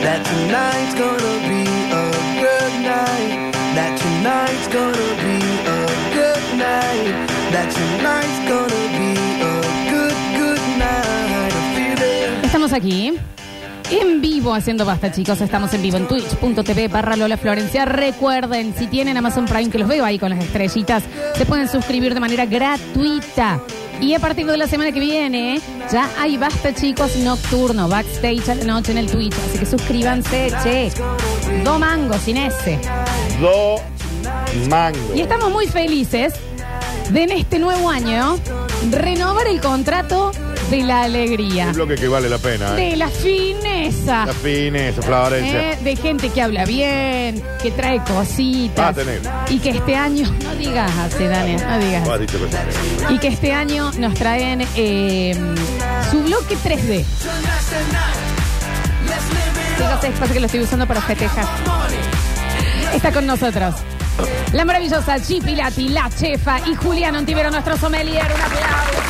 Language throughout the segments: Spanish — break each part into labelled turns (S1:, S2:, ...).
S1: tonight's gonna be a good night. That tonight's gonna be a good night. That tonight's gonna be a good, good night. I feel it.
S2: Estamos aquí. En vivo haciendo basta, chicos. Estamos en vivo en twitch.tv barra Lola Florencia. Recuerden, si tienen Amazon Prime, que los veo ahí con las estrellitas, se pueden suscribir de manera gratuita. Y a partir de la semana que viene, ya hay basta, chicos, nocturno, backstage a la noche en el Twitch. Así que suscríbanse, che. Do mango, sin ese.
S3: Do mango.
S2: Y estamos muy felices de en este nuevo año renovar el contrato de la alegría,
S3: Un bloque que vale la pena. ¿eh?
S2: de la fineza.
S3: La fineza, Florencia.
S2: Eh, de gente que habla bien, que trae
S3: Va
S2: cositas.
S3: a tener.
S2: Y que este año, no digas así, Daniel, no digas.
S3: Vos has dicho cosas.
S2: así. Y que este año nos traen eh, su bloque 3D. Chicos, es pasa que lo estoy usando para festejar. Está con nosotros. La maravillosa G. Pilati, la chefa y Julián Ontivero, nuestro sommelier. Un aplauso.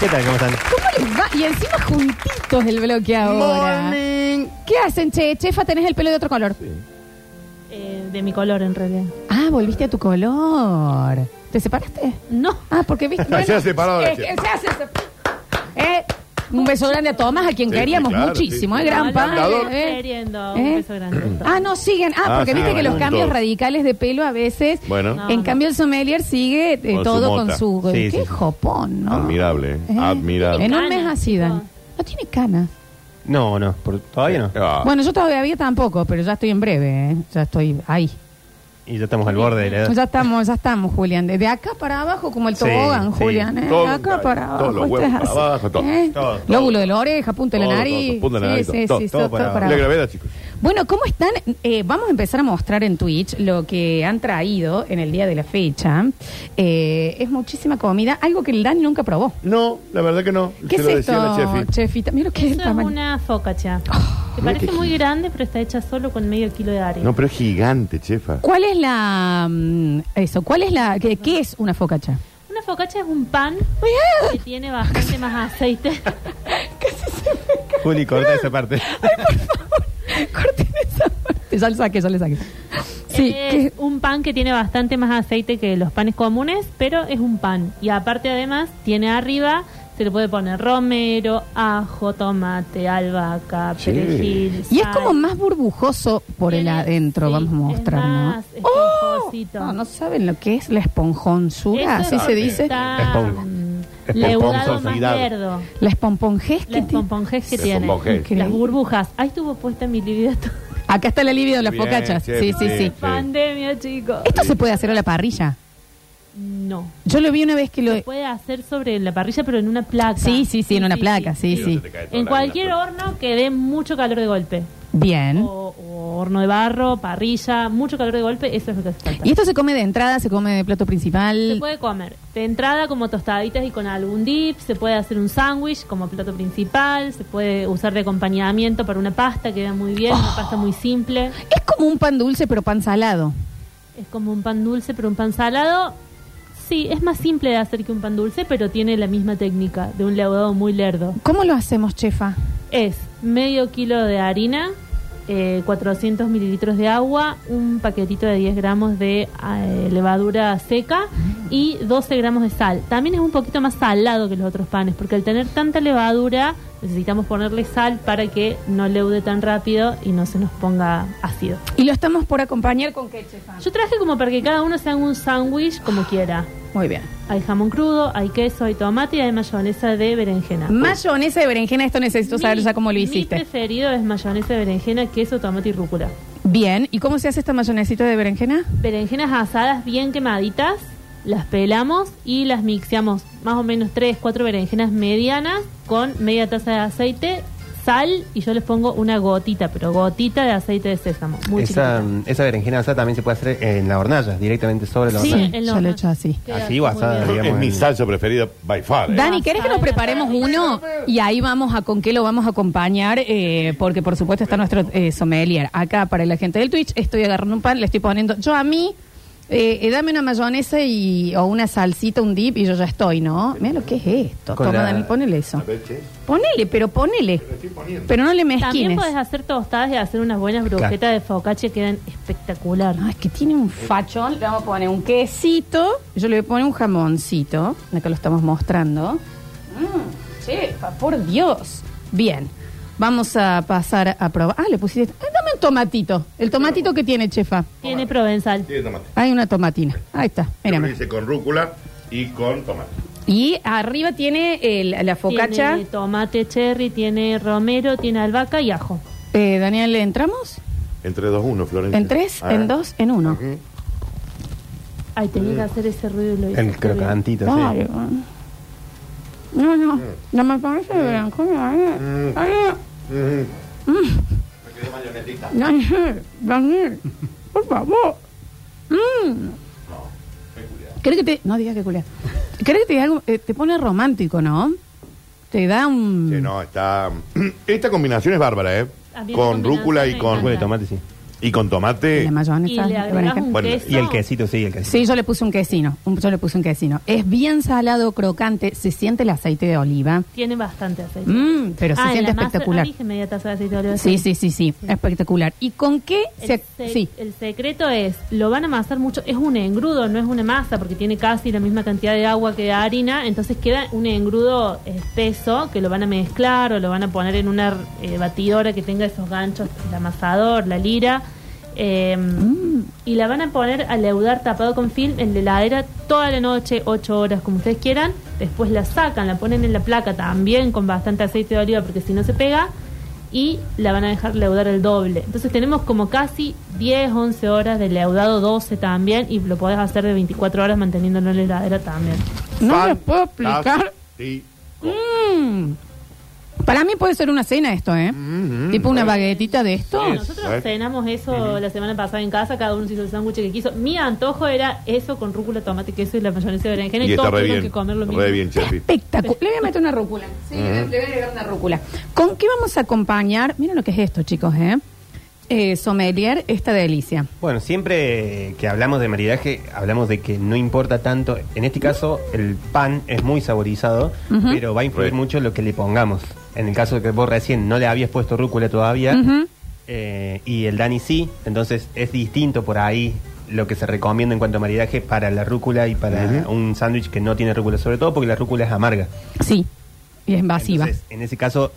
S4: ¿Qué tal? ¿Cómo están?
S2: ¿Cómo les va? Y encima juntitos el bloque ahora.
S3: Morning.
S2: ¿Qué hacen, che? Chefa, tenés el pelo de otro color.
S5: Eh, de mi color, en realidad.
S2: Ah, volviste a tu color. ¿Te separaste?
S5: No.
S2: Ah, porque viste.
S3: Se ha separado la
S2: es que
S3: chica.
S2: se hace sep- eh, un beso grande a Tomás, a quien
S3: Sí,
S2: queríamos
S3: sí, claro,
S2: muchísimo,
S3: sí,
S2: eh,
S3: sí.
S2: gran
S3: Encantador.
S2: padre. eh.
S5: Queriendo
S2: ¿Eh?
S5: un beso grande.
S2: Ah, no, siguen. Ah,
S3: Ah,
S2: porque
S3: sí,
S2: viste que
S3: bueno,
S2: los cambios
S3: juntos.
S2: radicales de pelo a veces.
S3: Bueno.
S5: No,
S2: en
S5: no.
S2: cambio, el sommelier sigue eh,
S3: Con su
S2: todo con
S3: mota.
S2: su.
S4: Sí,
S2: qué
S4: sí.
S2: jopón, ¿no?
S3: Admirable, eh. admirable.
S2: En un
S5: Canas,
S2: mes así, Dan.
S5: chicos.
S2: No tiene canas.
S4: No, no, por- todavía no.
S3: Ah,
S2: Bueno, yo todavía tampoco, pero ya estoy en breve, eh. Ya estoy ahí.
S4: Y ya estamos al borde de la edad.
S2: Ya estamos, ya estamos, Julián. De, de acá para abajo, como el
S4: Sí,
S2: tobogán,
S4: sí.
S2: Julián. ¿eh?
S3: Todo,
S2: de acá
S3: todo,
S2: para
S3: todo,
S2: abajo.
S3: los huevos
S2: estás
S3: para
S2: así,
S3: abajo, todo,
S2: ¿eh?
S4: todo,
S2: Lóbulo de la oreja, punta de la
S3: Todo, todo,
S2: nariz.
S3: todo, punta de la nariz,
S2: Sí, sí,
S3: todo,
S2: sí,
S4: todo
S2: todo
S4: para
S2: para
S3: Y la
S2: abajo.
S3: gravedad, chicos.
S2: Bueno, ¿cómo están? Eh, vamos a empezar a mostrar en Twitch lo que han traído en el día de la fecha. Eh, es muchísima comida, algo que el Dani nunca probó.
S3: No, la verdad que no.
S2: ¿Qué
S3: Se
S2: es
S3: lo
S2: esto,
S3: decía la chefi.
S2: chefita? Mira lo que es el
S5: Eso es
S2: tamaño. Oh,
S5: una focacha. que
S3: mira
S5: parece
S3: qué
S5: muy
S3: gi-
S5: grande, pero está hecha solo con medio kilo de harina.
S3: No, pero es gigante, chefa.
S2: ¿Cuál es la... mm, eso, cuál es la... ¿Qué, qué es una focacha?
S5: Una focacha es un pan que tiene bastante más aceite.
S4: Juli, corta esa parte.
S2: Corten esa parte. Ya le saqué, ya le saqué. Sí,
S5: es
S2: que-
S5: un pan que tiene bastante más aceite que los panes comunes, pero es un pan. Y aparte, además, tiene arriba, se le puede poner romero, ajo, tomate, albahaca,
S3: Sí.
S5: perejil.
S2: y es
S5: sal.
S2: como más burbujoso por el
S5: Tiene-
S2: adentro,
S5: sí,
S2: vamos a
S5: es
S2: mostrar, ¿no? ¡Oh!
S5: más esponjosito.
S2: No, no saben lo que es la esponjonsura,
S5: Eso
S2: así se dice.
S5: Está
S4: Espon-
S5: mm,
S4: esponjoso,
S5: leudado más
S4: olvidado.
S5: verde.
S2: La esponponjez
S5: La
S2: que tiene.
S5: esponjonjes que
S3: La
S5: tiene.
S3: esponjez.
S2: Increíble.
S5: Las burbujas. Ahí estuvo puesta mi libido.
S2: Acá está la libido de las
S3: Bien,
S2: focachas.
S3: sí,
S2: Sí, sí,
S3: sí.
S2: sí.
S5: Pandemia, chicos.
S2: Esto se puede hacer a la parrilla.
S5: No.
S2: Yo lo vi una vez que lo.
S5: Se puede hacer sobre la parrilla, pero en una placa.
S2: Sí, sí, sí, en una placa, sí, sí.
S5: En cualquier horno que dé mucho calor de golpe.
S2: Bien.
S5: O, o horno de barro, parrilla, mucho calor de golpe, eso es lo que hace falta.
S2: Y esto se come de entrada, se come de plato
S5: Se
S2: principal.
S5: puede comer de entrada como tostaditas y con algún dip, se puede hacer un sándwich como plato principal, se puede usar de acompañamiento para una pasta, queda muy bien,
S2: Oh.
S5: una pasta muy simple.
S2: Es como un pan dulce, pero pan salado.
S5: Es como un pan dulce, pero un pan salado. Sí, es más simple de hacer que un pan dulce, pero tiene la misma técnica de un leudado muy lerdo.
S2: ¿Cómo lo hacemos, chefa?
S5: Es medio kilo de harina, eh, 400 mililitros de agua, un paquetito de 10 gramos de eh, levadura seca y 12 gramos de sal. También es un poquito más salado que los otros panes, porque al tener tanta levadura necesitamos ponerle sal para que no leude tan rápido y no se nos ponga ácido.
S2: Y lo estamos por acompañar con qué, chefa.
S5: Yo traje como para que cada uno se haga un sándwich como quiera.
S2: Muy bien.
S5: Hay jamón crudo, hay queso, hay tomate y hay mayonesa de berenjena.
S2: Mayonesa de berenjena, esto necesito saber
S5: Mi-
S2: ya cómo lo
S5: Mi
S2: hiciste.
S5: preferido es mayonesa de berenjena, queso, tomate y rúcula.
S2: Bien, ¿y cómo se hace esta mayonesita de berenjena?
S5: Berenjenas asadas bien quemaditas, las pelamos y las mixeamos más o menos 3, 4 berenjenas medianas con media taza de aceite, sal y yo les pongo una gotita, pero gotita de aceite de sésamo. Muy
S2: Eh,
S4: Esa,
S5: chiquitita.
S4: esa berenjena asada también se puede hacer en la hornalla, directamente sobre la
S5: Sí,
S4: hornalla.
S5: el
S2: yo lo he
S5: horno.
S2: hecho así.
S5: Queda
S4: Así o
S5: muy
S4: asada,
S5: bien.
S4: digamos. eh.
S3: Es mi
S4: en-
S3: salsa preferida by far. ¿eh?
S2: Dani, ¿querés que nos
S5: Ay,
S2: preparemos
S5: ay,
S2: uno? Y ahí vamos a con qué lo vamos a acompañar, eh, porque por supuesto está nuestro eh, sommelier. Acá para la gente del Twitch estoy agarrando un pan, le estoy poniendo... Yo a mí Eh, eh, dame una mayonesa y, o una salsita, un dip y yo ya estoy, ¿no? Mira lo que es esto.
S4: Con
S2: Toma,
S4: la-
S2: Daniel, ponele eso.
S3: A ver, che.
S2: Ponele, pero ponele.
S3: estoy poniendo.
S2: Pero no le
S5: También
S2: mezquines.
S5: podés hacer tostadas y hacer unas buenas brochetas de focaccia que quedan espectacular.
S2: No, Ah, es que tiene un fachón. Le vamos a poner un quesito. Yo le voy a poner un jamoncito. Acá lo estamos mostrando. Mm, chefa, por Dios. Bien. Vamos a pasar a probar. Ah, le pusiste. Ah, dame un tomatito. El tomatito que tiene, chefa.
S5: Tiene provenzal.
S3: Tiene tomate.
S2: Hay una tomatina. Ahí está.
S3: Lo
S2: Mírame.
S3: hice con rúcula y con tomate.
S2: Y arriba tiene el- la focacha.
S5: Tiene tomate cherry, tiene romero, tiene albahaca y ajo.
S2: Eh, Daniel, ¿le entramos?
S3: Entre dos, uno, Florencia.
S2: En tres,
S3: Ah.
S2: en dos, en uno.
S3: Ujú.
S5: Ay, tenía que hacer ese ruido y lo hice.
S4: Mm. El
S5: Está bien.
S4: crocantito,
S2: Ay,
S4: sí.
S2: No, no. No me parece blanco.
S3: Mm.
S2: Ay, eh. Mm.
S3: Ujú.
S2: Daniel, Daniel, por favor. Mm. ¿Crees que te... No digas que culiar. ¿Crees que te, diga algo? Eh, te pone romántico, no? Te da un...
S3: Sí, no, está. Esta combinación es bárbara, ¿eh?
S5: A mí esa
S3: Con rúcula y
S5: combinación me
S3: con,
S4: Rúcula de tomate, sí.
S3: y con
S2: Y
S3: tomate.
S2: La mayonesa.
S5: Y le
S2: la
S5: agregas
S2: berenjena.
S5: un
S3: Bueno,
S5: queso.
S4: Y el quesito, sí, el quesito.
S2: Sí, yo le puse un quesino. un- yo le puse un quesino. Es bien salado, crocante. Se siente el aceite de oliva.
S5: Tiene bastante aceite.
S2: Mm, pero se
S5: Ah, en
S2: siente
S5: la masa-
S2: espectacular.
S5: ah, dije media taza de aceite de oliva.
S2: Sí, sí, sí, sí. Espectacular. ¿Y con qué
S5: El,
S2: se...
S5: se-
S2: Sí.
S5: el secreto es, lo van a amasar mucho, es un engrudo, no es una masa, porque tiene casi la misma cantidad de agua que de harina, entonces queda un engrudo espeso que lo van a mezclar o lo van a poner en una eh, batidora que tenga esos ganchos, el amasador, la lira, eh,
S2: Mm.
S5: y la van a poner a leudar tapado con film en la heladera toda la noche, 8 horas, como ustedes quieran, después la sacan, la ponen en la placa también con bastante aceite de oliva, porque si no se pega y la van a dejar leudar el doble. Entonces tenemos como casi 10, 11 horas de leudado 12 también y lo podés hacer de 24 horas manteniéndolo en la heladera también.
S2: No les puedo explicar.
S3: Fantástico.
S2: Mm. Para mí puede ser una cena esto, ¿eh?
S4: Mm-hmm.
S3: Mm, mm,
S2: tipo una
S3: bueno.
S2: baguetita de esto.
S3: Sí,
S5: Nosotros
S3: ¿sabes?
S5: cenamos eso la semana pasada en casa, cada uno se hizo el sándwich que quiso. Mi antojo era eso con rúcula, tomate, queso y la mayonesa de berenjena y,
S3: Y está
S5: todos
S3: re
S5: tuvieron
S3: bien.
S5: que comer lo mismo.
S3: Re bien, Chefi.
S2: Espectacular. Le voy a meter una rúcula. Sí, le
S4: Mm-hmm.
S2: voy- le voy a agregar una rúcula. ¿Con qué vamos a acompañar? Miren lo que es esto, chicos, ¿eh? eh sommelier, esta delicia.
S4: Bueno, siempre que hablamos de maridaje, hablamos de que no importa tanto. En este caso, el pan es muy saborizado,
S2: Ujú.
S4: pero va a influir
S3: Re.
S4: mucho lo que le pongamos. En el caso de que vos recién no le habías puesto rúcula todavía,
S2: Ujú.
S4: eh, y el Dani sí, entonces es distinto por ahí lo que se recomienda en cuanto a maridaje para la rúcula y para
S3: Ujú.
S4: un sándwich que no tiene rúcula, sobre todo porque la rúcula es amarga.
S2: Sí. Y es invasiva.
S4: Entonces, en ese caso,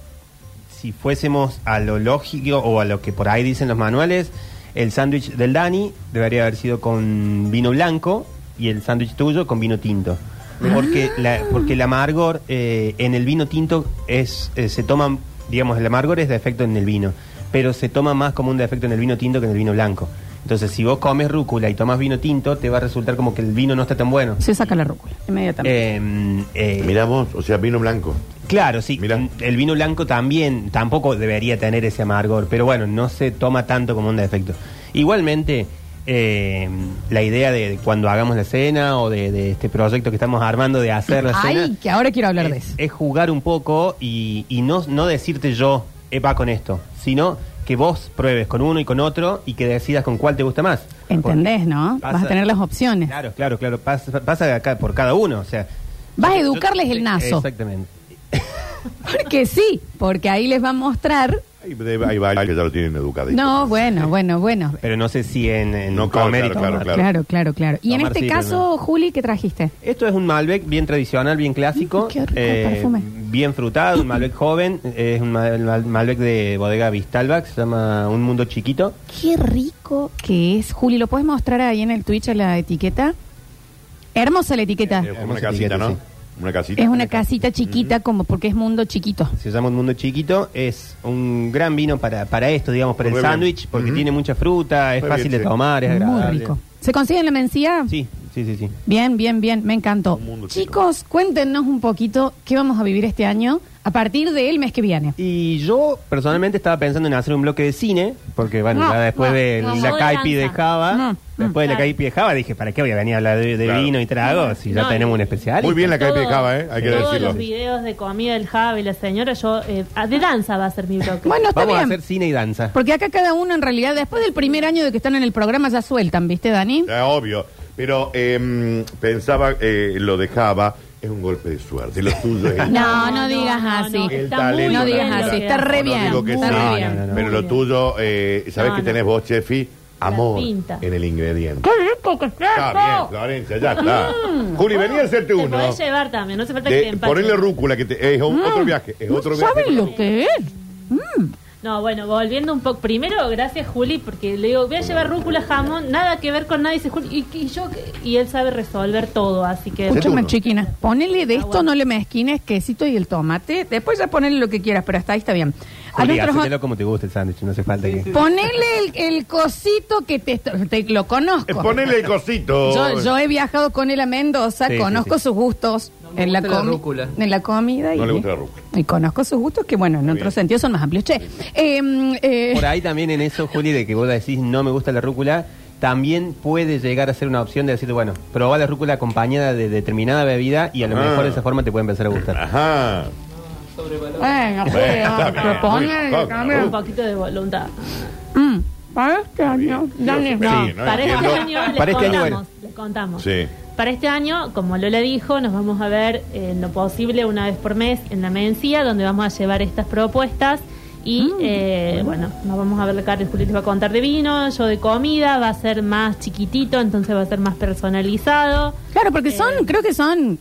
S4: si fuésemos a lo lógico o a lo que por ahí dicen los manuales, el sándwich del Dani debería haber sido con vino blanco y el sándwich tuyo con vino tinto. Porque, la, porque el amargor eh, en el vino tinto es eh, se toma, digamos, el amargor es defecto en el vino, pero se toma más como un defecto en el vino tinto que en el vino blanco. Entonces, si vos comes rúcula y tomas vino tinto, te va a resultar como que el vino no está tan bueno.
S2: Se saca la rúcula inmediatamente.
S4: Em, eh,
S3: Mirá vos, o sea, vino blanco.
S4: Claro, sí. mm,
S3: Mirá.
S4: El vino blanco también, tampoco debería tener ese amargor, pero bueno, no se toma tanto como un defecto. Igualmente, eh, la idea de cuando hagamos la cena o de, de este proyecto que estamos armando de hacer eh, la
S2: Ay,
S4: cena
S2: que ahora quiero hablar de
S4: es, eh,
S2: eso.
S4: es jugar un poco y, y no, no decirte yo, eh, va con esto, sino que vos pruebes con uno y con otro y que decidas con cuál te gusta más.
S2: ¿Entendés,
S4: Porque
S2: no? Vas a tener las opciones.
S4: Claro, claro, claro. Pasa, pasa acá por cada uno, o sea.
S2: Vas a
S4: yo- yo-
S2: educarles el nazo.
S4: Exactamente.
S2: Porque sí, porque ahí les va a mostrar.
S3: Hay, de- hay varios que ya lo tienen educado.
S2: No, bueno, bueno, bueno.
S4: Pero no sé si en, en
S3: No, claro,
S4: comer y
S3: claro,
S4: tomar.
S3: claro,
S2: Claro, claro, claro. Y en
S4: Tomar
S2: este
S4: sí,
S2: caso, Juli, ¿qué trajiste?
S4: Esto es un Malbec bien tradicional, bien clásico. eh,
S2: Mm, qué rico perfume.
S4: Bien frutado, un Malbec joven. Es un Mal- Mal- Malbec de bodega Vistalbach, se llama Un Mundo Chiquito.
S2: Qué rico que es. Juli, ¿lo puedes mostrar ahí en el Twitch a la etiqueta? Hermosa la etiqueta.
S3: Es como una casita,
S4: Etiqueta,
S3: ¿no?
S4: sí.
S3: Una casita.
S2: Es una casita chiquita como porque es mundo chiquito.
S4: Se llama Un Mundo Chiquito. Es un gran vino para, para esto, digamos, para
S3: Muy
S4: el
S3: bien.
S4: sándwich, porque
S3: Ujú.
S4: tiene mucha fruta, es
S3: Muy
S4: fácil
S3: bien,
S4: de
S3: sí.
S4: tomar, es
S2: Muy
S4: agradable.
S2: rico. ¿Se consigue en la mencía?
S4: Sí, Sí, sí, sí.
S2: Bien, bien, bien, me encantó.
S3: Un mundo chico.
S2: Chicos, cuéntenos un poquito qué vamos a vivir este año a partir del mes que viene.
S4: Y yo personalmente estaba pensando en hacer un bloque de cine, porque bueno,
S2: No,
S4: ya después
S5: no,
S4: de
S5: no, no,
S4: la Caipi de
S5: lanza.
S4: Java,
S2: No,
S4: después de
S5: claro.
S4: la Caipi de Java, dije, ¿para qué voy a venir a hablar de, de
S3: Claro.
S4: vino y trago si ya
S5: No,
S4: tenemos
S5: y-
S4: un especial?
S3: Muy bien la calle
S5: Todo-
S3: de Cava, ¿eh? Hay que
S5: todos
S3: decirlo.
S5: los videos de comida del Javi, la señora, yo eh, de danza va a ser mi bloque.
S2: Bueno, está
S4: Vamos a
S2: bien.
S4: hacer cine y danza.
S2: Porque acá cada uno en realidad, después del primer año de que están en el programa, ya sueltan, ¿viste, Dani?
S3: Ya, obvio. Pero em, pensaba, eh, lo dejaba, es un golpe de suerte. Lo tuyo es el-
S2: No, no digas así.
S5: está
S3: El
S5: muy
S3: talento
S5: bien
S2: no digas
S5: lo
S3: natural.
S2: así,
S5: que
S2: está re
S5: hace.
S3: No
S2: bien.
S3: digo que
S2: está
S3: sí,
S2: re
S4: no,
S2: bien.
S4: no, no.
S3: Pero lo tuyo, eh, ¿sabés
S5: No,
S3: que
S5: no.
S3: tenés vos, Chefi? Amor
S5: pinta.
S3: en el ingrediente.
S2: ¡Qué rico que es
S3: Está bien,
S2: eso!
S3: Florencia, ya está. Juli, vení a hacerte
S5: Te
S3: uno.
S5: podés llevar también, no hace falta que te
S3: De,
S5: empaques.
S3: ponerle rúcula, que te- es un- otro viaje. Es otro viaje.
S2: ¿Saben lo que es?
S5: No, bueno, volviendo un poco. Primero, gracias Juli, porque le digo, voy a llevar rúcula, jamón, nada que ver con nadie, dice Juli. Y, y yo, y él sabe resolver todo, así que.
S3: Escucha,
S2: Escúchame,
S3: uno.
S2: chiquina. Ponele de esto, no le mezquines quesito y el tomate. Después ya ponele lo que quieras, pero hasta ahí está bien. A
S4: Juli,
S2: nuestros-
S4: hacételo como te guste el sándwich, no hace falta que...
S2: Ponele el, el cosito que te, te- lo
S3: Eh,
S2: conozco.
S3: Ponele el cosito.
S2: Yo, yo he viajado con él a Mendoza,
S4: Sí, sí,
S2: conozco
S4: sí.
S2: sus gustos
S6: me
S2: en, la
S6: gusta la
S2: comi-
S6: rúcula.
S2: en la comida.
S3: No
S2: y,
S3: le gusta la rúcula.
S2: Y conozco sus gustos que, bueno, en otros
S3: bien.
S2: sentidos son más amplios. Che, eh, eh,
S4: Por ahí también en eso, Juli, de que vos decís no me gusta la rúcula, también puede llegar a ser una opción de decir, bueno, probá la rúcula acompañada de determinada bebida y a lo
S3: Ah.
S4: mejor de esa forma te puede empezar a gustar.
S3: Ajá.
S2: bueno,
S3: Bueno, está
S2: pero-
S3: bien.
S2: pero ponele,
S3: Muy bien.
S2: ah, cambia.
S5: Un
S3: Oh.
S5: poquito de voluntad.
S2: Mm, para este año, Dani,
S3: Sí,
S2: no.
S3: no
S5: Para este
S3: entiendo.
S5: año les
S4: Para este
S5: contamos.
S4: año, bueno.
S5: les contamos.
S3: Sí.
S5: Para este año, como Lola dijo, nos vamos a ver eh, en lo posible una vez por mes en la Mencía, donde vamos a llevar estas propuestas. Y eh, bueno, nos vamos a ver la cara. Juli les va a contar de vino, yo de comida. Va a ser más chiquitito, entonces va a ser más personalizado.
S2: Claro, porque son, creo que son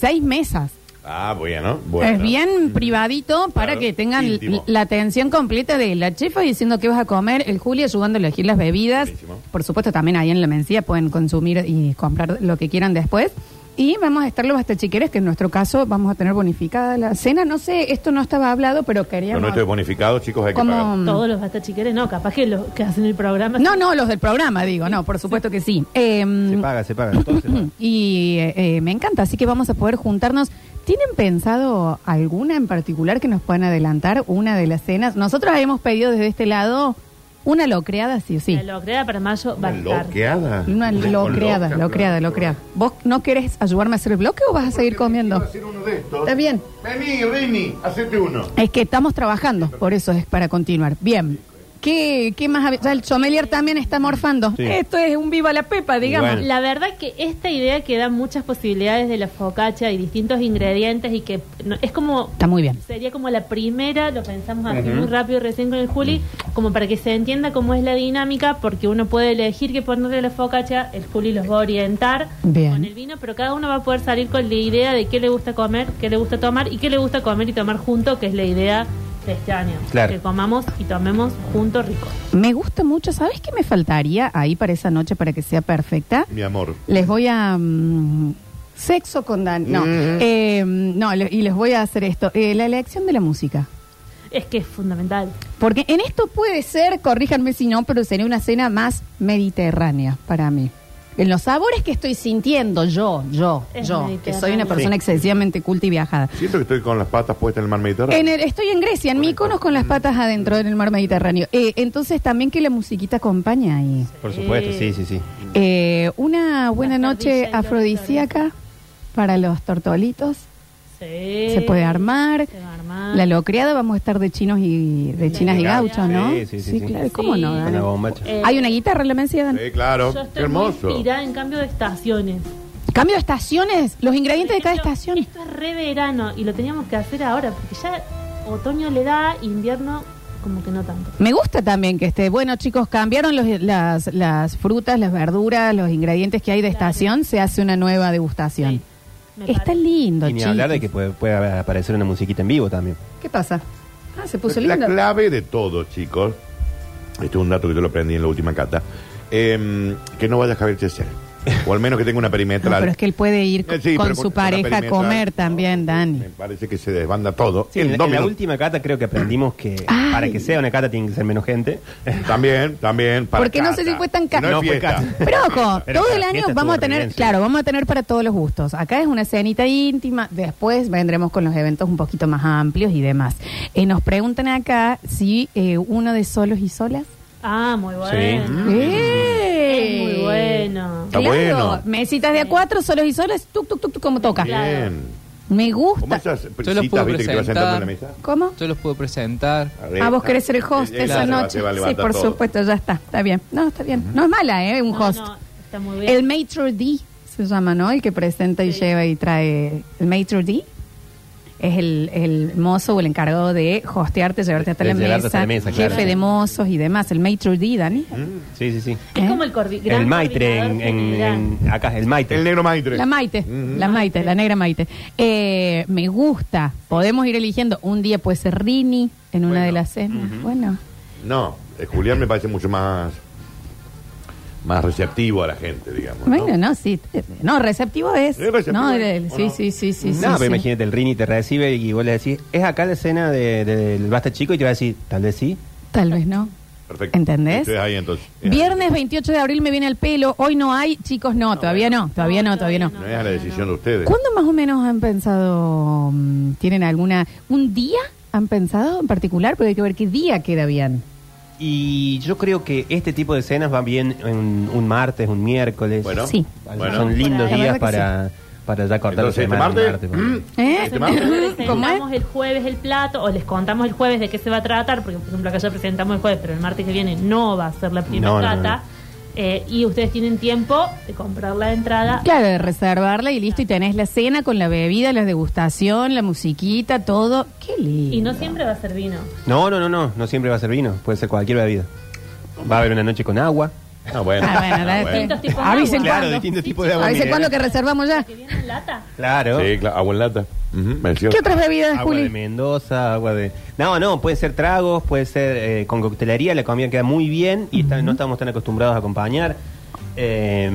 S2: seis mesas.
S3: Ah, bueno, bueno.
S2: Es bien privadito para
S3: Claro,
S2: que tengan l-
S3: íntimo.
S2: la atención completa de la chefa diciendo qué vas a comer, el Juli ayudando a elegir las bebidas.
S3: Buenísimo.
S2: Por supuesto, también ahí en la mencía pueden consumir y comprar lo que quieran después. Y vamos a estar los bastachiqueres, que en nuestro caso vamos a tener bonificada la cena. No sé, esto no estaba hablado, pero
S3: Con
S2: queríamos...
S3: nuestro bonificado, chicos, hay que
S2: Como-
S3: pagar.
S5: Todos los bastachiqueres, no, capaz que los que hacen el programa.
S2: No, no, los del programa, digo, no, por supuesto que sí.
S4: Se
S2: Em,
S4: paga, se paga. todo se paga.
S2: Mm, y eh, eh, me encanta, así que vamos a poder juntarnos. ¿Tienen pensado alguna en particular que nos puedan adelantar? Una de las cenas. Nosotros habíamos pedido desde este lado una locreada, sí o sí.
S5: La locrea para mayo va a estar.
S3: Loqueada.
S2: Una locreada,
S3: Loca,
S2: locreada,
S3: claro.
S2: locreada. ¿Vos no querés ayudarme a hacer el bloque o vas a seguir
S3: Iba
S2: comiendo?
S3: a hacer uno de estos.
S2: Está bien.
S3: Vení, Rini, hacete uno.
S2: Es que estamos trabajando, por eso es para continuar. Bien. ¿Qué, qué más? hab- Ya el sommelier también está morfando.
S4: Sí.
S2: Esto es un viva la pepa, digamos.
S4: bueno.
S5: La verdad que esta idea que da muchas posibilidades de la focacha y distintos ingredientes y que no- es como
S2: Está muy bien.
S5: sería como la primera, lo pensamos así muy rápido recién con el Juli, como para que se entienda cómo es la dinámica, porque uno puede elegir que ponerle la focacha, el Juli los va a orientar
S2: Bien.
S5: con el vino, pero cada uno va a poder salir con la idea de qué le gusta comer, qué le gusta tomar y qué le gusta comer y tomar junto, que es la idea de este año.
S4: Claro.
S5: Que comamos y tomemos juntos rico.
S2: Me gusta mucho. ¿Sabes qué me faltaría ahí para esa noche para que sea perfecta?
S3: Mi amor.
S2: Les voy a. mm, sexo con Dan. No.
S3: Mm.
S2: Eh, no, le- y les voy a hacer esto. Eh, la elección de la música.
S5: Es que es fundamental.
S2: Porque en esto puede ser, corríjanme si no, pero sería una cena más mediterránea para mí. En los sabores que estoy sintiendo yo, yo,
S5: Es
S2: yo, que soy una
S5: mediterráneo.
S2: persona excesivamente culta y viajada.
S3: Siento que estoy con las patas puestas en el mar Mediterráneo.
S2: En el- estoy en Grecia, en Míconos, con las patas adentro en el mar Mediterráneo. Eh, entonces también que la musiquita acompaña ahí.
S4: Por supuesto, sí, sí, sí.
S2: Eh, una buena
S5: Una
S2: noche
S5: parrilla y los
S2: afrodisíaca para los tortolitos.
S5: Sí.
S2: Se puede armar.
S5: Eh, Se va a armar.
S2: La locreada vamos a estar de chinos y de chinas y
S4: locreada.
S2: gauchos, ¿no?
S4: Sí, sí, sí, sí.
S2: claro. ¿Cómo
S5: Sí.
S2: no?
S4: Con la
S2: Dani?
S4: bombacha.
S5: Eh,
S2: Hay una guitarra en la mencía, Dan.
S3: Sí, claro.
S5: Yo estoy
S3: Qué hermoso.
S5: muy inspirada en cambio de estaciones.
S2: Cambio de estaciones, los ingredientes de cada
S5: Por ejemplo,
S2: estación.
S5: Esto es re verano y lo teníamos que hacer ahora porque ya otoño le da, invierno como que no tanto.
S2: Me gusta también que esté. Bueno, chicos, cambiaron los- las, las frutas, las verduras, los ingredientes que hay de
S5: Claro.
S2: estación, se hace una nueva degustación.
S5: Me
S2: Está
S5: parece.
S2: lindo,
S4: Y ni hablar de
S2: chicos.
S4: que puede, puede aparecer una musiquita en vivo también.
S2: ¿Qué pasa? Ah, se puso
S3: La
S2: lindo.
S3: clave de todo, chicos, este es un dato que yo lo aprendí en la última cata, em, que no vaya Javier Chesel. O al menos que tenga una
S2: No,
S3: perimetral.
S2: pero es que él puede ir
S3: Eh, sí,
S2: con
S3: pero
S2: su
S3: una
S2: pareja a
S3: perimetral,
S2: comer
S3: ¿no?
S2: también, Dani.
S3: Me parece que se desbanda todo.
S4: Sí,
S3: en
S4: en,
S3: dos
S4: en la
S3: minutos.
S4: última cata creo que aprendimos que
S2: Ah. Ay.
S4: para que sea una cata tiene que ser menos gente.
S3: También, también. Para
S2: Porque no sé
S3: cata.
S2: si fue tan cata.
S3: No, es
S4: No fue
S3: fiesta.
S4: cata.
S2: Pero ojo,
S4: Pero
S2: todo
S4: para
S2: el
S4: la
S2: año
S4: fiesta
S2: vamos a
S4: estuvo re
S2: tener,
S4: bien, sí.
S2: claro, vamos a tener para todos los gustos. Acá es una cenita íntima, después vendremos con los eventos un poquito más amplios y demás. Eh, nos preguntan acá si eh, uno de solos y solas.
S5: Ah, muy bueno.
S3: Mm,
S2: ¡Eh!
S5: Es muy bueno.
S3: Está
S2: Claro,
S3: bueno.
S2: Mesitas de a cuatro, solos y solas, tuc, tuc, tuc, tuc, como toca.
S3: Bien.
S2: Me
S3: Como
S2: gusta.
S3: esas
S6: Yo los
S3: citas,
S6: puedo
S3: viste, que te vas sentando en la mesa.
S6: presentar.
S2: ¿Cómo?
S6: Yo los puedo presentar.
S3: ver,
S2: Ah, vos
S3: está.
S2: querés ser el host
S3: Eh, eh,
S2: esa
S3: se va-
S2: noche.
S3: se va a
S2: sí,
S3: levantar
S2: por
S3: todo.
S2: supuesto, ya está, está bien. No, está bien. No es mala, ¿eh? Un
S5: No,
S2: host.
S5: no, está muy bien.
S2: El Maître D se llama, ¿no? El que presenta y
S5: Sí.
S2: lleva y trae. El Maître D es el, el mozo o el encargado de hostearte, llevarte hasta,
S4: De
S2: la,
S4: llevarte
S2: mesa,
S4: hasta la mesa,
S2: jefe
S4: claro.
S2: de mozos y demás. El Maître D, Dani.
S4: Sí, sí, sí.
S5: Es
S2: ¿Eh?
S5: como el cordi- gran
S4: El Maitre, en,
S5: coordinador
S4: en-
S5: general.
S4: en- acá, el Maitre.
S3: El negro Maitre.
S2: La Maite,
S3: Ujú.
S2: la Maite, la negra Maite. Eh, me gusta. Podemos ir eligiendo. Un día puede ser Rini en una
S3: Bueno.
S2: de las cenas. Bueno.
S3: No, eh, Julián me parece mucho más más receptivo a la gente, digamos. ¿no?
S2: Bueno, no, sí. No, receptivo es.
S3: Eh, receptivo
S2: no,
S3: es,
S2: el-
S3: ¿o
S2: sí,
S3: no?
S2: sí, sí, sí, sí,
S4: no, pero
S2: sí.
S4: imagínate, el Rini te recibe y vos le decís, es acá la escena de- de- del Basta Chico y te va a decir, tal vez sí.
S2: Tal vez no.
S3: Perfecto.
S2: ¿Entendés?
S3: Estoy ahí entonces. Eh,
S2: Viernes 28 de abril me viene el pelo. Hoy no hay, chicos, no, todavía no, todavía no, todavía no.
S3: No es a la decisión de ustedes.
S2: ¿Cuándo más o menos han pensado, mm, tienen alguna, un día han pensado en particular? Porque hay que ver qué día queda bien.
S4: Y yo creo que este tipo de escenas van bien un, un martes, un miércoles.
S3: Bueno.
S2: Sí.
S3: Bueno.
S4: Son lindos
S2: La verdad
S4: días
S2: que
S4: para, para ya cortar
S3: Entonces, este
S4: la semana,
S3: martes,
S4: el
S3: mm,
S2: ¿Eh?
S3: este martes,
S5: Nosotros
S2: ¿Cómo es?
S5: presentamos el jueves el plato o les contamos el jueves de qué se va a tratar, porque por ejemplo acá ya presentamos el jueves, pero el martes que viene no va a ser la primera
S4: No, no,
S5: cata.
S4: no.
S5: eh, y ustedes tienen tiempo de comprar la entrada.
S2: Claro, de reservarla y listo, y tenés la cena con la bebida, la degustación, la musiquita, todo. Qué lindo.
S5: Y no siempre va a ser vino.
S4: No, no, no, no, no siempre va a ser vino, puede ser cualquier bebida. Va a haber una noche con agua.
S3: Ah, bueno.
S2: Ah, bueno,
S3: Ah,
S2: la-
S3: bueno.
S5: Distintos tipos de
S2: Avisen
S5: agua.
S2: cuándo.
S5: Claro,
S4: distintos tipos de agua
S2: Avisen
S4: mineral.
S2: cuándo que reservamos ya.
S5: Que viene en lata.
S4: Claro.
S3: Sí, claro, agua en lata. Ujú,
S2: ¿Qué
S3: delicioso.
S2: otras bebidas,
S4: Agua de
S2: Ah, Juli?
S4: Mendoza, agua de... No, no, puede ser tragos, puede ser eh, con coctelería, la comida queda muy bien y está- no estamos tan acostumbrados a acompañar. Eh,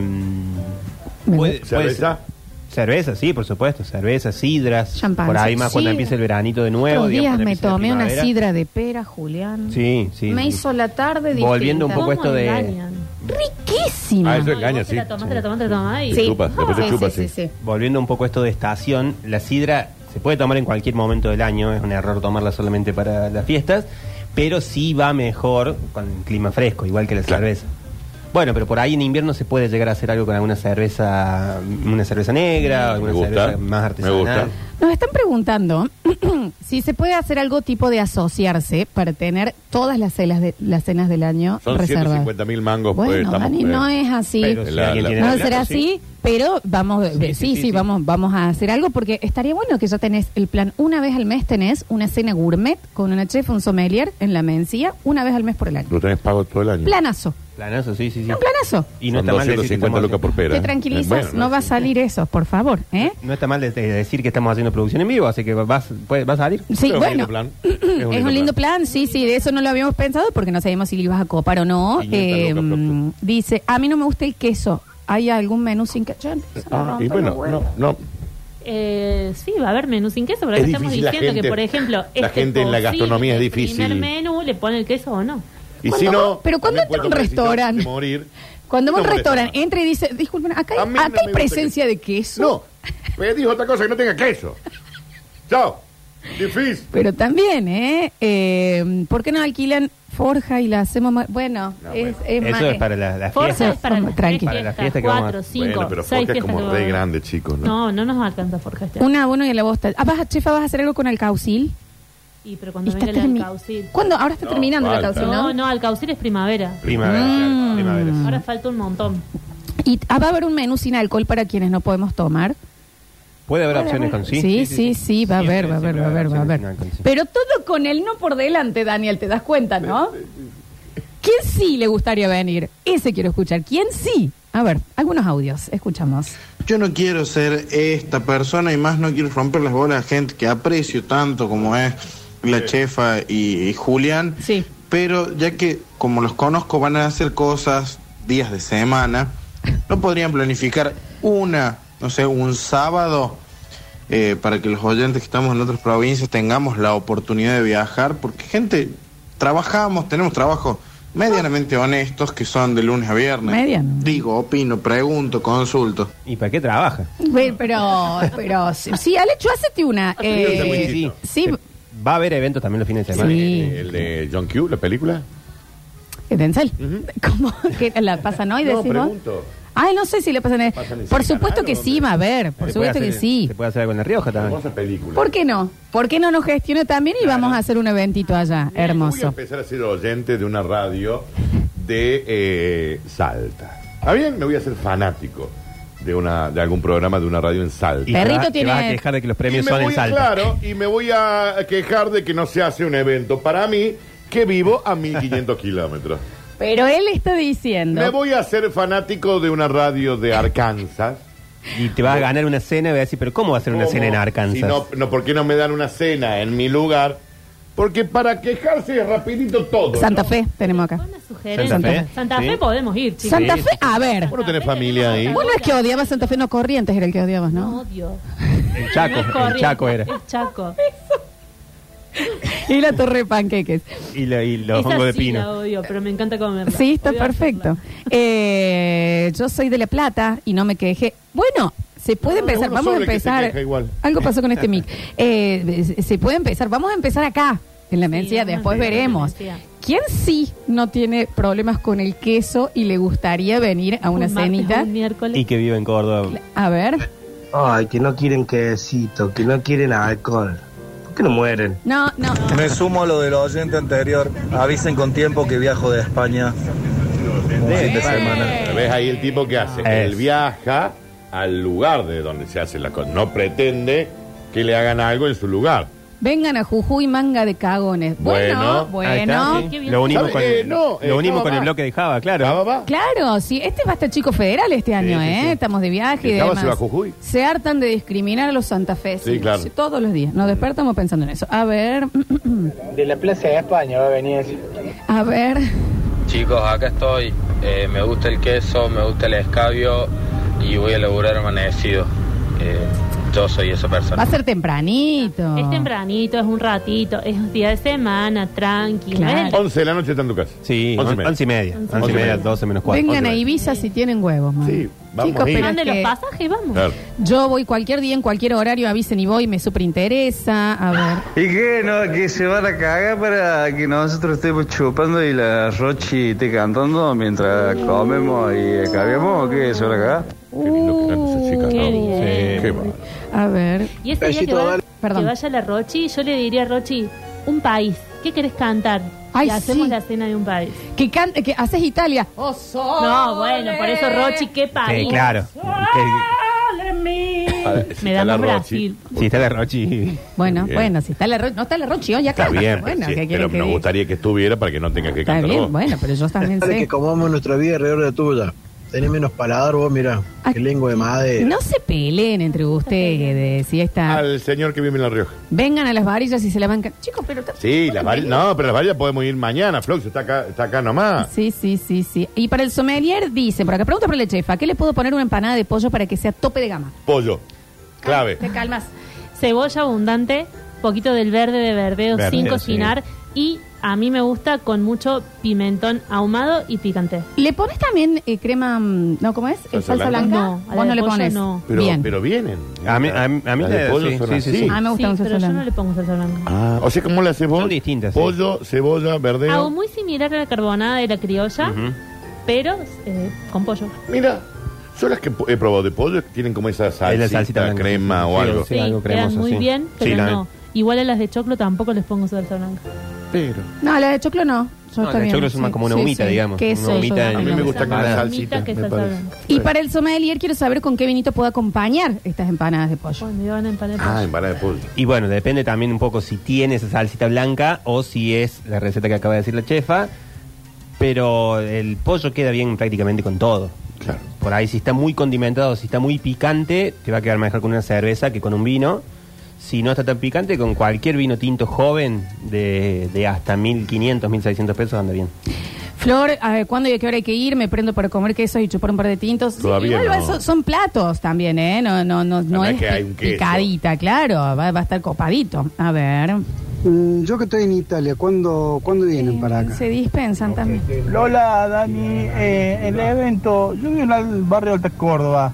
S2: Me
S4: puede-
S3: gusta.
S4: puede
S3: ¿Cerveza?
S4: ser- cerveza, sí, por supuesto, cerveza, sidras,
S2: Champán,
S4: por ahí
S2: sí.
S4: más cuando
S2: Sí.
S4: empieza el veranito de nuevo.
S2: Los
S4: digamos,
S2: días
S4: cuando
S2: me
S4: empieza la
S2: tomé una
S4: primavera.
S2: sidra de pera, Julián.
S4: Sí, sí.
S2: Me
S4: sí.
S2: hizo la tarde
S4: Volviendo un
S2: distinta.
S4: poco a esto de...
S5: engañan?
S2: riquísima.
S3: Ah, eso
S5: No, y
S3: engaña,
S5: vos te
S3: sí.
S5: La tomás, te la tomás, te la tomás y-
S3: Sí. chupa, después te
S2: Ah, Sí,
S3: chupa,
S2: sí,
S3: sí.
S2: sí, sí.
S4: Volviendo un poco a esto de estación, la sidra se puede tomar en cualquier momento del año, es un error tomarla solamente para las fiestas, pero sí va mejor con el clima fresco, igual que la
S3: Claro.
S4: cerveza. Bueno, pero por ahí en invierno se puede llegar a hacer algo con alguna cerveza, una cerveza negra,
S3: Mm, Me
S4: alguna
S3: gusta.
S4: cerveza más
S3: Me
S4: artesanal.
S3: gusta.
S2: Nos están preguntando si se puede hacer algo tipo de asociarse para tener todas las cenas, de, las cenas del año
S3: Son
S2: reservadas.
S3: 150 mil mangos.
S2: bueno,
S3: pues, estamos,
S2: Dani,
S3: eh,
S2: no es así.
S4: Pero si
S3: La-
S4: alguien
S3: la-
S4: tiene
S2: no
S4: la
S2: será
S4: plata,
S2: así,
S4: sí.
S2: pero vamos, eh, sí,
S4: sí,
S2: sí,
S4: sí, sí.
S2: Vamos, vamos a hacer algo porque estaría bueno que ya tenés el plan. Una vez al mes tenés una cena gourmet con una chef, un sommelier en la mencía, una vez al mes por el año.
S3: Lo tenés pago todo el año.
S2: Planazo,
S4: Planazo, sí, sí, sí.
S2: un planazo.
S4: Y no
S3: Son
S4: está mal decir que
S3: 250
S4: estamos-
S3: lucas por pera.
S2: Te
S3: ¿eh?
S2: tranquilizas,
S3: Bueno,
S2: no va a salir eso, por favor. ¿eh?
S4: No está mal de- de decir que estamos haciendo producción en vivo, así que vas, puede- vas a salir.
S2: Sí, bueno.
S3: Pero Es un lindo plan.
S2: Es un, lindo plan. sí, sí, de eso no lo habíamos pensado porque no sabíamos si lo ibas a copar o no.
S3: 500
S2: Eh,
S3: lucas,
S2: mm, dice, a mí no me gusta el queso. ¿Hay algún menú sin queso? Ya empezó a
S3: Ah, y
S2: romper los
S3: bueno,
S2: huevos.
S3: no, no.
S5: Eh, sí, va a haber menú sin queso, pero
S3: Es
S5: acá estamos
S3: difícil la
S5: diciendo
S3: gente-
S5: que, por ejemplo,
S3: la gente en la gastronomía es
S5: posible que el
S3: difícil.
S5: primer menú le pone el queso o no.
S3: Y si
S2: Cuando
S3: no.
S2: vos- pero cuando
S3: también
S2: entra a un
S3: puedo precisar
S2: restaurante.
S3: de morir.
S2: Cuando va a
S3: No
S2: un
S3: molesta
S2: restaurante,
S3: nada.
S2: entra y dice, disculpen, acá hay,
S3: A mí no
S2: acá
S3: me
S2: hay
S3: gusta
S2: presencia
S3: que-
S2: de queso.
S3: No, pero dijo otra cosa que no tenga queso. Chao. Difícil.
S2: Pero también, ¿eh? Eh, ¿Por qué no alquilan forja y la hacemos más? Bueno,
S3: No,
S2: es,
S3: bueno.
S2: es más-
S4: Eso es para la, la
S5: Forja
S4: fiesta.
S5: es para las
S2: Tranqui.
S5: tres
S4: Para la
S5: fiestas,
S4: fiesta que vamos a-
S5: cuatro, cinco,
S3: Bueno, pero
S5: seis
S3: Forja es
S5: fiestas
S3: como
S5: que
S3: re
S5: vamos a-
S3: grande, chicos, ¿no? Eh,
S5: No, no nos alcanza Forja este año.
S2: Una a uno y a la bosta. Ah, vas, chefa, vas a hacer algo con alcaucil.
S5: Y pero cuando
S2: Y está
S5: venga el
S2: termi-
S5: alcaucil.
S2: ¿Cuándo? Ahora está
S3: No,
S2: terminando el
S3: falta.
S2: alcaucil,
S5: No, no, alcaucil es primavera.
S4: Primavera,
S2: Mm.
S4: claro, primavera. sí.
S5: Ahora falta un montón.
S2: Y ah, va a haber un menú sin alcohol para quienes no podemos tomar.
S4: Puede haber opciones con sí.
S2: Sí, sí, sí, va a haber, va a haber, va a haber, va a haber.
S4: Pero
S2: Pero todo con el no por delante, Daniel, te das cuenta, ¿no? ¿Quién sí le gustaría venir? Ese quiero escuchar. ¿Quién sí? A ver, algunos audios, escuchamos.
S7: Yo no quiero ser esta persona y más no quiero romper las bolas a gente que aprecio tanto como es la chefa y, y Julián.
S2: Sí.
S7: Pero ya que como los conozco van a hacer cosas días de semana, ¿No podrían planificar una, no sé, un sábado eh, para que los oyentes que estamos en otras provincias tengamos la oportunidad de viajar? Porque gente, trabajamos, tenemos trabajos medianamente honestos que son de lunes a viernes.
S2: Mediano.
S7: Digo, opino, pregunto, consulto.
S4: ¿Y para qué trabaja?
S2: Ve, Pero, pero, sí, sí, Ale, yo hacete una. eh,
S3: Sí,
S2: sí,
S4: Va a haber eventos también los fines de semana.
S2: Sí.
S3: Eh, El de John Q, la película.
S2: ¿Qué Denzel? ¿Cómo que la pasan hoy?
S3: No,
S2: decís vos?
S3: pregunto.
S2: Ay, no sé si la pasan. en-
S3: ¿Pasan en
S2: Por
S3: Cine
S2: supuesto
S3: Canal
S2: que
S3: o
S2: sí,
S3: dónde?
S2: va a haber. Por
S4: Se puede
S2: supuesto que
S4: hacer-
S2: sí.
S4: Se puede hacer algo en La Rioja también.
S3: Hermosa película.
S2: ¿Por qué no? ¿Por qué no nos gestiona también y vamos a hacer un eventito allá?
S3: Voy a
S2: Hermoso.
S3: empezar a ser oyente de una radio de eh, Salta. ¿Está bien? Me voy a hacer fanático de una de algún programa de una radio en Salta.
S4: Y te
S2: Perrito
S4: vas- te
S2: tiene-
S4: vas a quejar de que los premios
S3: Y me
S4: son en
S3: voy,
S4: Salta.
S3: Claro, y me voy a quejar de que no se hace un evento para mí que vivo a 1500 kilómetros.
S2: Pero él está
S3: Me
S2: diciendo.
S3: voy a ser fanático de una radio de Arkansas.
S4: Y te vas a ganar una cena y vas a decir, pero ¿cómo va a ser una
S3: ¿Cómo?
S4: cena en Arkansas?
S3: Si no, no, ¿Por qué no me dan una cena en mi lugar? Porque para quejarse es rapidito todo.
S2: Santa
S3: ¿no?
S2: Fe tenemos acá.
S5: Buena sugerencia.
S4: ¿Santa
S5: Santa
S4: Fe?
S5: Fe,
S4: Sí.
S5: podemos ir, chicos.
S2: Santa Fe, a ver.
S3: Vos no tenés familia ahí.
S2: Vos no es que odiabas Santa Fe, no Corrientes era el que odiabas, ¿no?
S5: Odio.
S3: eh,
S4: El Chaco,
S5: No es
S4: el
S5: corriente,
S4: Chaco era.
S5: Es Chaco.
S2: Y la Torre de Panqueques.
S4: Y, lo- y los
S5: Esa
S4: hongos de
S5: sí
S4: pino.
S5: la odio, pero me encanta comerla.
S2: Sí, está
S5: Odio hacerla.
S2: perfecto. Eh, yo soy de La Plata y no me quejé. Bueno, se puede
S3: No, no,
S2: empezar.
S3: uno
S2: Vamos a
S3: solo que se
S2: empezar.
S3: queja igual.
S2: Algo pasó con este mic. Eh, se puede empezar. Vamos a empezar acá, en la mencía.
S5: vamos a
S2: Después
S5: empezar en la
S2: veremos.
S5: Mencía.
S2: ¿Quién sí no tiene problemas con el queso y le gustaría venir a una
S5: Un martes,
S2: cenita?
S5: Un miércoles.
S4: Y que vive en Córdoba.
S2: A ver.
S6: Ay, que no quieren quesito, que no quieren alcohol. ¿Por qué no mueren?
S2: No, no.
S8: Me sumo a lo del oyente anterior. Avisen con tiempo que viajo de España. Un fin de semana.
S3: Pero ¿Ves ahí el tipo que hace?
S4: Es.
S3: Él viaja al lugar de donde se hace la cosa. No pretende que le hagan algo en su lugar.
S2: Vengan a Jujuy, manga de cagones. Bueno,
S3: Bueno,
S4: Ahí está,
S2: bueno.
S4: sí.
S5: Qué bien.
S4: Lo unimos con,
S3: Eh, no, eh,
S4: lo unimos
S3: Java
S4: con el
S3: va.
S4: bloque de Java, claro.
S3: Java va.
S2: Claro, sí, este va a estar chico federal este año,
S3: sí,
S2: ¿eh?
S3: sí.
S2: Estamos de viaje y
S3: El Java se
S2: demás.
S3: va a Jujuy.
S2: Se hartan de discriminar a los santafesinos.
S3: Sí, claro.
S2: Todos los días. Nos despertamos pensando en eso. A ver,
S9: De la Plaza de España va a venir.
S2: a ver.
S10: Chicos, acá estoy. Eh, me gusta el queso, me gusta el escabio y voy a laburar amanecido. Eh, yo soy esa
S2: Va
S10: persona.
S2: a ser tempranito.
S5: Es tempranito, es un ratito, es un día de semana, tranqui.
S2: Claro.
S5: ¿no es?
S3: 11 de la noche está en tu casa.
S4: Sí,
S3: Once y media.
S4: 11 y media. 11 y media,
S3: Once y media.
S4: 12 menos 4.
S2: Vengan a Ibiza si tienen huevos, man.
S3: Sí, vamos
S2: Chicos,
S3: a ir.
S2: pero es
S5: Mande los
S2: que
S5: pasajes, vamos.
S3: Claro.
S2: Yo voy cualquier día, en cualquier horario, avisen y voy, me superinteresa. A ver.
S8: ¿Y qué? No, que se van a cagar para que nosotros estemos chupando y la Rochi esté cantando mientras comemos y cabemos o qué? ¿Se van a cagar?
S3: Qué lindo que cantan esas
S2: Uh,
S3: chicas, ¿no?
S5: Qué
S3: Sí,
S5: bien.
S3: qué bárbaro.
S2: A ver.
S5: Y ese día que,
S6: Besito,
S5: va-
S6: dale.
S2: Perdón.
S5: que vaya la Rochi, yo le diría a Rochi, un país, ¿qué querés cantar?
S2: Ay,
S5: y hacemos
S2: sí.
S5: la cena de un país.
S2: Que, can- que haces Italia. Oh, sole.
S5: No, bueno, por eso Rochi, ¿qué país?
S4: Sí, claro. Que-
S3: Para- si
S5: Me
S3: está la
S5: damos
S3: Rochi,
S5: Brasil.
S4: Si está la Rochi.
S2: Bueno,
S3: Bien.
S2: bueno, si está la Rochi. No está la Rochi hoy acá.
S3: Está bien,
S2: bueno,
S3: pero,
S2: ¿qué
S3: sí, pero
S2: quieren que
S3: nos
S2: diga?
S3: gustaría que estuviera para que no tengas que
S2: Está
S3: cantar
S2: bien,
S3: vos.
S2: bueno, pero yo también
S6: Dale
S2: sé.
S6: que comamos nuestra vida alrededor de tuya. Tenés menos paladar vos, mira.
S2: Ah.
S6: Qué lengua de madre.
S2: No se peleen entre ustedes si está.
S3: Al señor que vive en La Rioja.
S2: Vengan a las varillas y se la bancan. Chicos, pero.
S3: Sí, las varillas. No, pero las varillas podemos ir mañana. Flox está acá, está acá nomás.
S2: Sí, sí, sí, sí. Y para el sommelier dice, por acá pregunta para la chefa, ¿qué le puedo poner una empanada de pollo para que sea tope de gama?
S3: Pollo. Clave.
S2: Te calmas.
S5: Cebolla abundante, poquito del verde de verdeo
S4: Verde,
S5: sin
S4: sí.
S5: cocinar y a mí me gusta con mucho pimentón ahumado y picante.
S2: ¿Le pones también eh, crema, mm, no, cómo es? Eh,
S3: ¿Salsa
S2: ¿Salsa blanca?
S3: blanca?
S5: No,
S2: Vos
S5: a la
S2: no
S5: de
S2: le
S5: pollo
S2: pones.
S5: no.
S3: Pero,
S2: Bien. Ah,
S3: pero vienen.
S4: A mí- a mí- a mí
S3: Las de
S4: me-
S3: pollo
S4: sí,
S3: son
S4: sí, sí,
S3: así.
S4: sí.
S2: A mí me gusta
S5: Sí,
S2: con salsa
S5: pero yo no
S2: blanca.
S5: le pongo salsa blanca.
S3: Ah, o sea, ¿cómo la haces vos?
S4: Son distintas, sí.
S3: Pollo, cebolla, verdeo.
S5: Algo muy similar a la carbonada de la criolla, pero eh, con pollo.
S3: Mira, son las que he probado de pollo que tienen como esa
S4: Es
S3: salsita,
S4: la salsita blanca.
S3: crema o
S4: Sí,
S3: algo.
S4: sí. algo
S5: quedan
S4: cremoso,
S5: muy
S4: sí.
S5: bien,
S4: Sí,
S5: pero
S4: la-
S5: no. Igual a las de choclo tampoco les pongo salsa blanca.
S3: Pero
S2: No, la de choclo no. Yo está
S4: No, la de
S2: bien,
S4: choclo es
S2: sí.
S4: más como una
S2: Sí,
S4: humita,
S2: sí.
S4: digamos.
S2: Queso,
S4: Una humita
S2: yo-
S4: en-
S3: a mí me gusta con la
S5: Salsa
S3: salsita.
S5: humita que
S3: me
S5: salsa
S3: parece.
S5: blanca.
S2: Y para el sommelier quiero saber con qué vinito puedo acompañar estas empanadas de pollo.
S5: Bueno, iban a empanar el
S3: Ah,
S5: pollo.
S3: empanada de pollo.
S4: Y bueno, depende también un poco si tiene esa salsita blanca o si es la receta que acaba de decir la chefa. Pero el pollo queda bien prácticamente con todo.
S3: Claro.
S4: Por ahí si está muy condimentado, si está muy picante, te va a quedar mejor con una cerveza que con un vino. Si no está tan picante, con cualquier vino tinto joven de, de hasta 1500, 1600 pesos anda bien.
S2: Flor, a ver, ¿cuándo y a qué hora hay que ir? Me prendo para comer queso y chupar un par de tintos. Sí,
S3: Todavía
S2: igual va-
S3: no.
S2: son, son platos también, ¿eh? No, no, no, no
S3: No es
S2: es
S3: que hay un queso.
S2: picadita, claro. Va, va a estar copadito. A ver.
S11: Mm, Yo que estoy en Italia, ¿cuándo, ¿cuándo vienen para acá?
S2: Eh, Se dispensan también.
S12: Lola, Dani, eh, el evento, yo vivo en el barrio Alta Córdoba.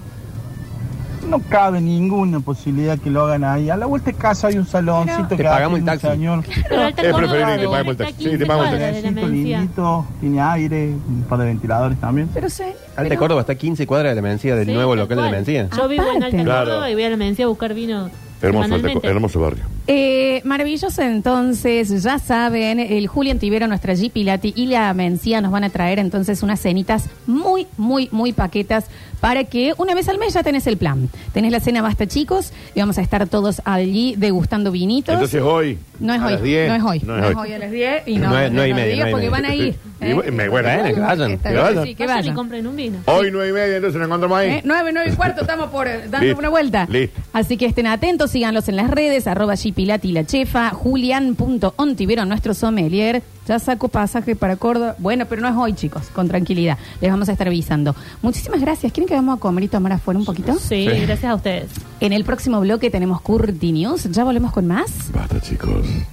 S12: No cabe ninguna posibilidad que lo hagan ahí. A la vuelta de casa hay un
S3: Oh,
S12: saloncito
S4: Te
S12: que hace
S4: pagamos el
S12: un
S4: taxi.
S12: señor.
S5: Pero Alta
S3: Es preferible Córdoba que te pagamos el taxi. está a Sí, te pagamos el 15
S12: Airecito
S3: taxi.
S5: eh, cuadras de la Mencía.
S12: lindito, tiene aire, un par de ventiladores también.
S2: Pero
S3: Ah,
S2: sé.
S4: Alta Córdoba está a 15 cuadras de la Mencía, del
S5: Sí,
S4: nuevo
S5: tal
S4: local de la
S5: cual.
S4: Mencía.
S5: Yo vivo en Alta
S2: Aparte.
S3: Claro.
S5: Córdoba y voy a la Mencía a buscar vino.
S3: Hermoso,
S5: semanalmente.
S3: hermoso barrio.
S2: Eh, maravilloso, entonces, ya saben, el Julián Tibero, nuestra G Pilati y la Mencía nos van a traer entonces unas cenitas muy, muy, muy paquetas para que una vez al mes ya tenés el plan. Tenés la cena basta, chicos, y vamos a estar todos allí degustando vinitos.
S3: Entonces hoy.
S2: no es
S3: a
S2: hoy,
S3: las 10,
S2: no es hoy, no es hoy a las 10 y no,
S4: No es- no hay
S2: a las
S4: media,
S2: 10,
S4: no hay
S2: porque
S4: media.
S2: van a ir. ¿eh?
S3: Y bueno, bueno, que vayan,
S2: Está
S3: que
S2: bien,
S3: vayan.
S2: sí, que
S5: Vayan y
S2: vayan.
S5: compren un vino.
S3: Hoy nueve y media, entonces nos encontramos ahí.
S2: ¿Eh? 9, 9 y cuarto, estamos por eh, dando
S3: Listo,
S2: una vuelta.
S3: listo.
S2: Así que estén atentos, síganlos en las redes, arroba Gipilati la chefa, julian.ontivero, nuestro sommelier. Ya saco pasaje para Córdoba. Bueno, pero no es hoy, chicos, con tranquilidad. Les vamos a estar avisando. Muchísimas gracias. ¿Quieren que vamos a comer y tomar afuera un poquito?
S5: Sí, gracias a ustedes.
S2: En el próximo bloque tenemos Curti News. Ya volvemos con más.
S3: Basta, chicos.